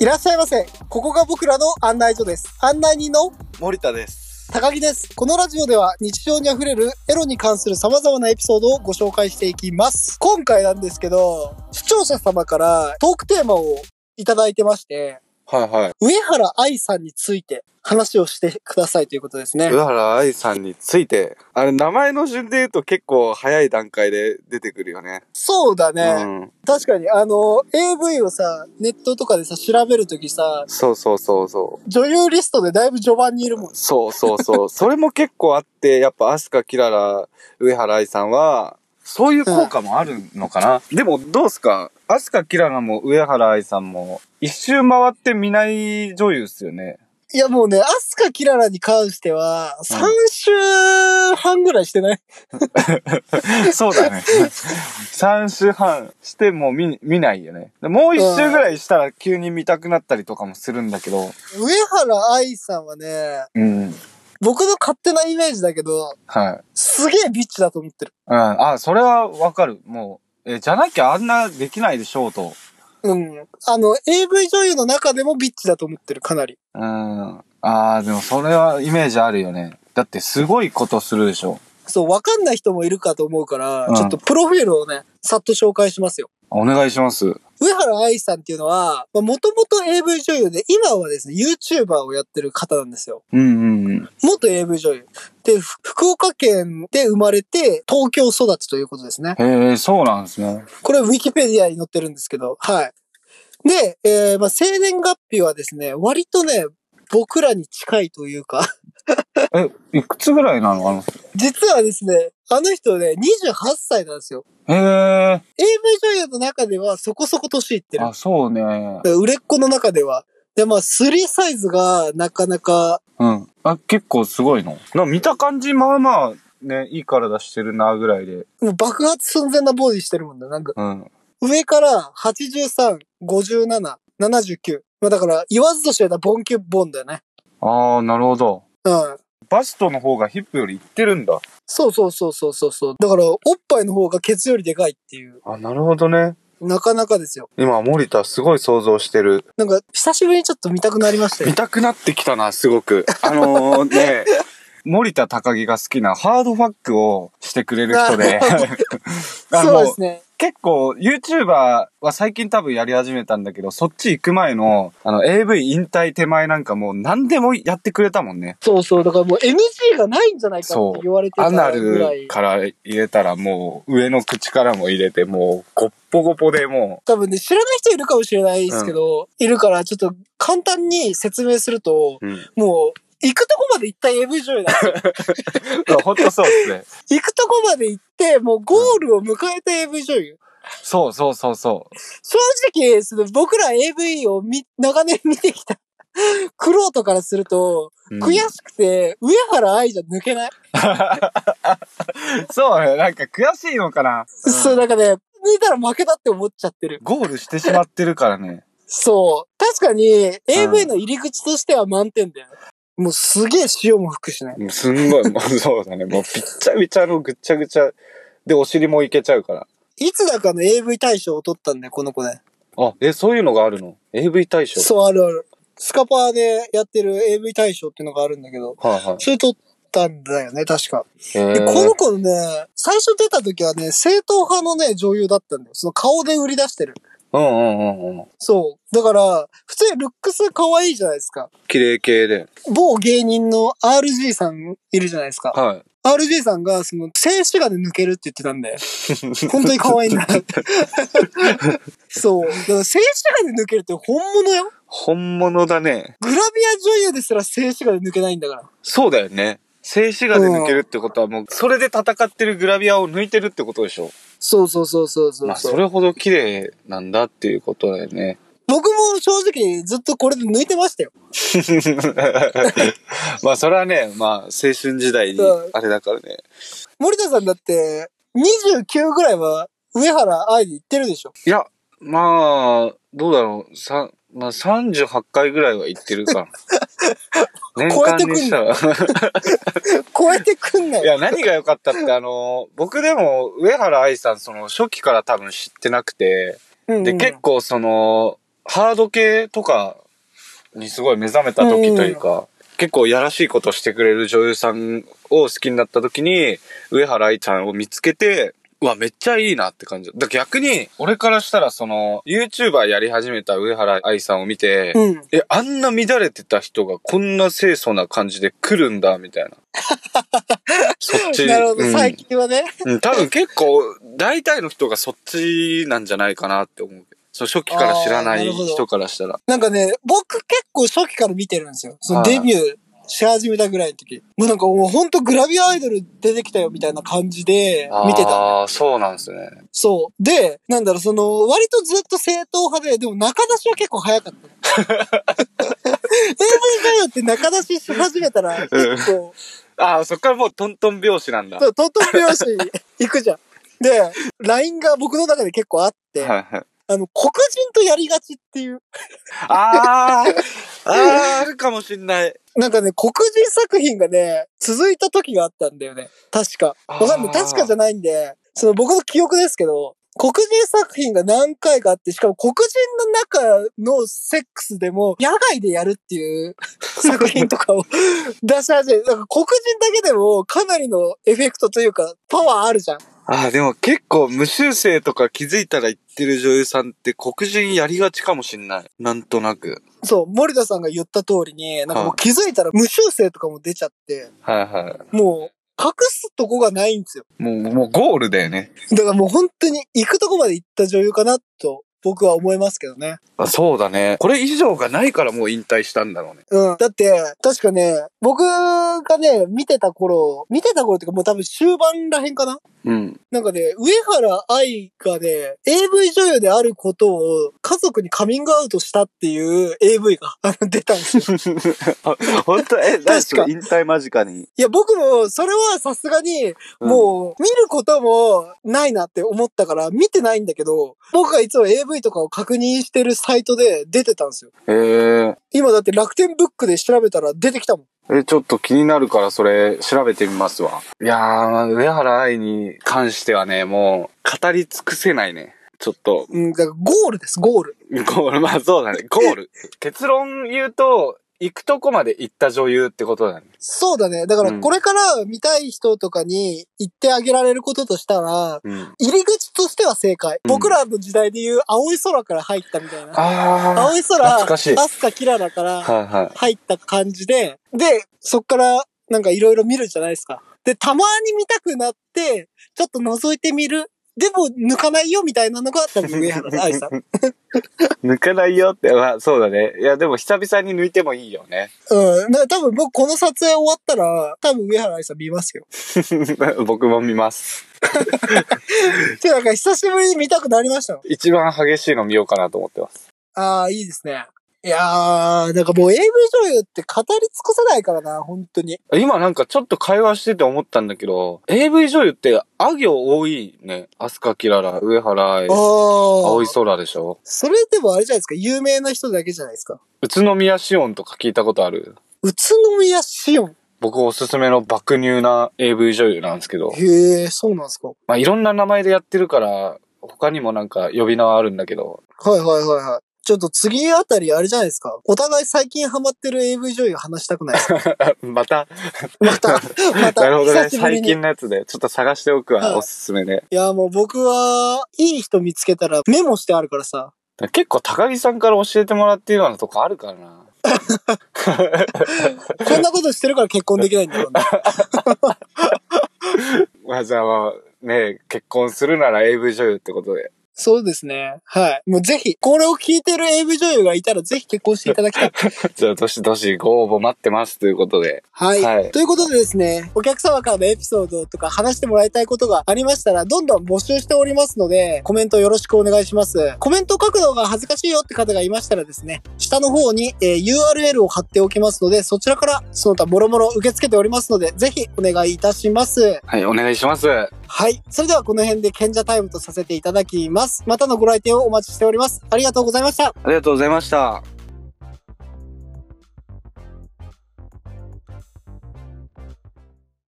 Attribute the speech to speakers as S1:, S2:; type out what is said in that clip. S1: いらっしゃいませ。ここが僕らの案内所です。案内人の
S2: 森田です。
S1: 高木です。このラジオでは日常にあふれるエロに関する様々なエピソードをご紹介していきます。今回なんですけど、視聴者様からトークテーマをいただいてまして、
S2: はいはい。
S1: 上原愛さんについて話をしてくださいということですね。
S2: 上原愛さんについて、あれ、名前の順で言うと結構早い段階で出てくるよね。
S1: そうだね。
S2: うん。
S1: 確かに、あの、AV をさ、ネットとかでさ、調べるときさ、
S2: そうそうそうそう。
S1: 女優リストでだいぶ序盤にいるもん。
S2: そうそう そう。それも結構あって、やっぱ、アスカキララ、上原愛さんは、そういう効果もあるのかな。でも、どうすかアスカキララも上原愛さんも、一周回って見ない女優っすよね。
S1: いやもうね、アスカキララに関しては、
S2: うん
S1: 3週半ぐらいしてない、
S2: そうだね。3週半しても見見ないよね。でもう1週ぐらいしたら急に見たくなったりとかもするんだけど。
S1: 上原愛さんはね、
S2: うん。
S1: 僕の勝手なイメージだけど、
S2: はい。うん。
S1: すげえビッチだと思ってる。
S2: あ、それはわかる。もう、え、じゃなきゃあんなできないでしょうと。
S1: うん。あの、AV 女優の中でもビッチだと思ってる、かなり。
S2: うん。ああ、でもそれはイメージあるよね。だってすごいことするでしょ。
S1: そう、わかんない人もいるかと思うから、
S2: うん
S1: ちょっとプロフィールをね、さっと紹介しますよ。
S2: お願いします。
S1: 上原愛さんっていうのは、もともと AV 女優で、今はですね、YouTuber をやってる方なんですよ。
S2: うんうんうん。
S1: 元 AV 女優。で、ふ福岡県で生まれて、東京育ちということですね。
S2: へえ、そうなんですね。
S1: これはウィキペディアに載ってるんですけど、はい。で、えーまあ、生年月日はですね、割とね、僕らに近いというか、
S2: え、いくつぐらいなのか
S1: 実はですね、あの人ね、28歳なんですよ。
S2: なへ
S1: AV 女優の中ではそこそこ年いって
S2: え、
S1: る
S2: あ、。そうね。
S1: 売れっ子の中では。で、まあ、3サイズがなかなか、
S2: うん。あ、結構すごいの。な見た感じ、まあまあ、ね、いい体してるな、ぐらいで。
S1: もう爆発寸前なボディしてるもんね。なんか、
S2: うん。
S1: 上から83、57、79。まあだから、言わずと知れたボンキュッボンだよね。
S2: ああ、なるほど。
S1: うん。
S2: バストの方がヒップよりいってるんだ。
S1: そうそうそうそうそうそう。だから、おっぱいの方がケツよりでかいっていう。
S2: あ、なるほどね。
S1: なかなかですよ。
S2: 今、森田すごい想像してる。
S1: なんか、久しぶりにちょっと見たくなりましたよ
S2: 見。たくなってきたな、すご く。あのー、ね、森田高木が好きなハードファックをしてくれる人で。 あ
S1: そうで
S2: の
S1: す、ね。
S2: 結構 YouTuber は最近多分やり始めたんだけど、そっち行く前の、あの AV 引退手前なんかもう何でもやってくれたもんね。
S1: そうそう。だからもう NG がないんじゃないかっ
S2: そ
S1: て
S2: う
S1: 言われてた
S2: ア
S1: ぐ
S2: ナ
S1: らい。
S2: ルから入れたらもう上の口からも入れてもうごっぽごぽでも
S1: 多分ね、知らない人いるかもしれないですけど、いるから、ちょっと簡単に説明すると、
S2: う、うん、
S1: もう、行くとこまで行った AV 女優 だ。
S2: ほんとそうです ね。
S1: 行くとこまで行って、もうゴールを迎えた AV 女優。
S2: そうそうそうそう。
S1: 正直、その僕ら AV をみ長年見てきた、クロートからすると、
S2: うん
S1: 悔しくて、上原愛じゃ抜けない。
S2: そうね。なんか悔しいのかな。
S1: そう、なんかね、抜いたら負けだって思っちゃってる。
S2: ゴールしてしまってるからね。
S1: そう。確かに、AV の入り口としては満点だよね。もうすげえ塩も服しない。
S2: もうすんごい、もうそうだね。もうびっちゃびちゃのぐっちゃぐちゃでお尻もいけちゃうから。
S1: いつだかの AV 大賞を取ったんだよ、この子ね。
S2: あ、え、そういうのがあるの ?AV 大賞。
S1: そう、あるある。スカパーでやってる AV 大賞っていうのがあるんだけど、
S2: はいはい。
S1: それ取ったんだよね、確か。
S2: へ
S1: で、
S2: ー
S1: この子ね、最初出た時はね、正統派のね、女優だったんだよ。その顔で売り出してる。
S2: うんうんうんうん。
S1: そう。だから、普通にルックス可愛いじゃないですか。
S2: 綺麗系で。
S1: 某芸人の RG さんいるじゃないですか。
S2: は
S1: RG さんが、その、静止画で抜けるって言ってたん で、 本当に可愛いんだなって。そう。だから静止画で抜けるって本物よ。
S2: い。本物だね。
S1: グラビア女優ですら静止画で抜けないんだから。
S2: そうだよね。静止画で抜けるってことはもう、それで戦ってるグラビアを抜いてるってことでしょ。
S1: そうそうそうそうそうそう、
S2: まあ、それほど綺麗なんだっていうことだ よね。
S1: 僕も正直ずっとこれで抜いてましたよ。
S2: まあ、それはね、まあ、青春時代に
S1: うん、
S2: あれだからね。
S1: 森田さんだって、29ぐらいは上原愛で行ってるでしょ。
S2: いや、まあ、どうだろう。さまあ、38回ぐらいは行って るかな。年間にしたら。
S1: 超えてくんないい。
S2: や、何が良かったって、あの、僕でも、上原愛さん、その、初期から多分知ってなくて、
S1: うんうん
S2: で、結構その、ハード系とかにすごい目覚めた時というか、結構やらしいことしてくれる女優さんを好きになった時に、上原愛ちゃんを見つけて、うわ、めっちゃいいなって感じ。だから逆に、俺からしたらその、YouTuber やり始めた上原愛さんを見て、
S1: うん。
S2: え、あんな乱れてた人がこんな清楚な感じで来るんだ、みたいな。そっ ち。
S1: なるほど、
S2: うん
S1: 最近はね。
S2: うん、多分結構、大体の人がそっちなんじゃないかなって思うけど。その初期から知らな
S1: あーないるほど
S2: 人からしたら。
S1: なんかね、僕結構初期から見てるんですよ。その
S2: はい
S1: デビューし始めたぐらいの時。もうなんかもうほんとグラビアアイドル出てきたよみたいな感じで見てた。
S2: ああ、そうなんですね。
S1: そう。で、なんだろう、その、割とずっと正統派で、でも中出しは結構早かった。AV 女優って中出しし始めたら、結構、
S2: ああ、そっからもうトントン拍子なんだ。
S1: そうトントン拍子に行くじゃん。で、LINE が僕の中で結構あって、
S2: はいはい。
S1: あの、黒人とやりがちっていう。
S2: あーあー、あるかもしんない。
S1: なんかね、黒人作品がね、続いた時があったんだよね。確か。わかんない。
S2: あー
S1: 確かじゃないんで、その僕の記憶ですけど、黒人作品が何回かあって、しかも黒人の中のセックスでも、野外でやるっていう作品とかを 出し始め、なんか黒人だけでもかなりのエフェクトというか、パワーあるじゃん。
S2: ああ、でも結構無修正とか気づいたら言ってる女優さんって黒人やりがちかもしんない。なんとなく。
S1: そう、森田さんが言った通りに、なんかもう気づいたら無修正とかも出ちゃって、
S2: はいは
S1: もう隠すとこがないんですよ。
S2: い。もう、もうゴールだよね。
S1: だからもう本当に行くとこまで行った女優かなと僕は思いますけどね。
S2: あそうだね。これ以上がないからもう引退したんだろうね。
S1: うん。だって、確かね、僕がね、見てた頃、見てた頃っていうかもう多分終盤らへんかな
S2: うん。
S1: なんかね、上原愛がね、AV 女優であることを家族にカミングアウトしたっていう AV があの出たんですよ。
S2: 本当
S1: か
S2: え、
S1: に
S2: 確か引退間近に。
S1: いや、僕もそれはさすがに、もう見ることもないなって思ったから見てないんだけど、僕がいつも AV とかを確認してるサイトで出てたんですよ。
S2: うん。へ
S1: 今だって楽天ブックで調べたら出てきたもん。
S2: え。え、ちょっと気になるからそれ調べてみますわ。いやー、上原愛に関してはね、もう語り尽くせないね。ちょっと、
S1: うん、だからゴールです、ゴール。
S2: ゴール、まあそうだ ね。ゴール。結論言うと、行くとこまで行った女優ってことだね。
S1: そうだね。だから
S2: うん
S1: これから見たい人とかに言ってあげられることとしたら、
S2: うん。
S1: 入り口としては正解。
S2: うん
S1: 僕らの時代で言う青い空から入ったみたいな。
S2: あ
S1: 青い空、
S2: 懐かしい
S1: アスカキララから
S2: ー。はいはい。
S1: 入った感じで、で、そっからなんかいろいろ見るじゃないですか。で、たまに見たくなって、ちょっと覗いてみる。でも抜かないよみたいなのが多 分上原愛さん。
S2: 抜かないよって、まあそうだね。いや、でも久々に抜いてもいいよね。
S1: うん。だから多分僕この撮影終わったら、多分上原愛さん見ますよ。
S2: 僕も見ます。
S1: てなんか久しぶりに見たくなりましたよ。
S2: 一番激しいの見ようかなと思ってます。
S1: ああ、いいですね。いやー、なんかもう AV 女優って語り尽くせないからな、本当に。
S2: 今なんかちょっと会話してて思ったんだけど、AV 女優って、あ行多いね。アスカキララ、上原愛
S1: あ、
S2: 青い
S1: あ。
S2: 空でしょ
S1: それでもあれじゃないですか、有名な人だけじゃないですか。
S2: 宇都宮シオンとか聞いたことある
S1: 宇都宮紫音。
S2: 僕おすすめの爆乳な AV 女優なんですけど、
S1: へえ、そうなんですか。
S2: まあいろんな名前でやってるから、他にもなんか呼び名はあるんだけど、
S1: はいはいはいはい。ちょっと次あたりあれじゃないですか。お互い最近ハマってる AV 女優話したくないで すか
S2: また、
S1: また、また、
S2: なるほどね。
S1: 久しぶり
S2: 最
S1: に。い
S2: 近のやつで、ちょっと探しておく
S1: はい
S2: わ、おすすめで。
S1: や、もう僕は、いい人見つけたらメモしてあるから さ。
S2: だから結構高木さんから教えてもらってるようなとこあるからな。
S1: こんなことしてるから結婚できないんだろうね。
S2: わざわざね、結婚するなら AV 女優ってことで。
S1: そうですね。はい。もうぜひ、これを聞いてる AV 女優がいたらぜひ結婚していただきたい。
S2: じゃあ、どしどしご応募待ってますということで。
S1: はい、
S2: はい
S1: ということでですね、お客様からのエピソードとか話してもらいたいことがありましたら、どんどん募集しておりますので、コメントよろしくお願いします。コメントを書くのが恥ずかしいよって方がいましたらですね、下の方に、えー URL を貼っておきますので、そちらからその他もろもろ受け付けておりますので、ぜひお願いいたします。
S2: はい、お願いします。
S1: はい。それではこの辺で賢者タイムとさせていただきます。またのご来店をお待ちしております。ありがとうございました。
S2: ありがとうございました。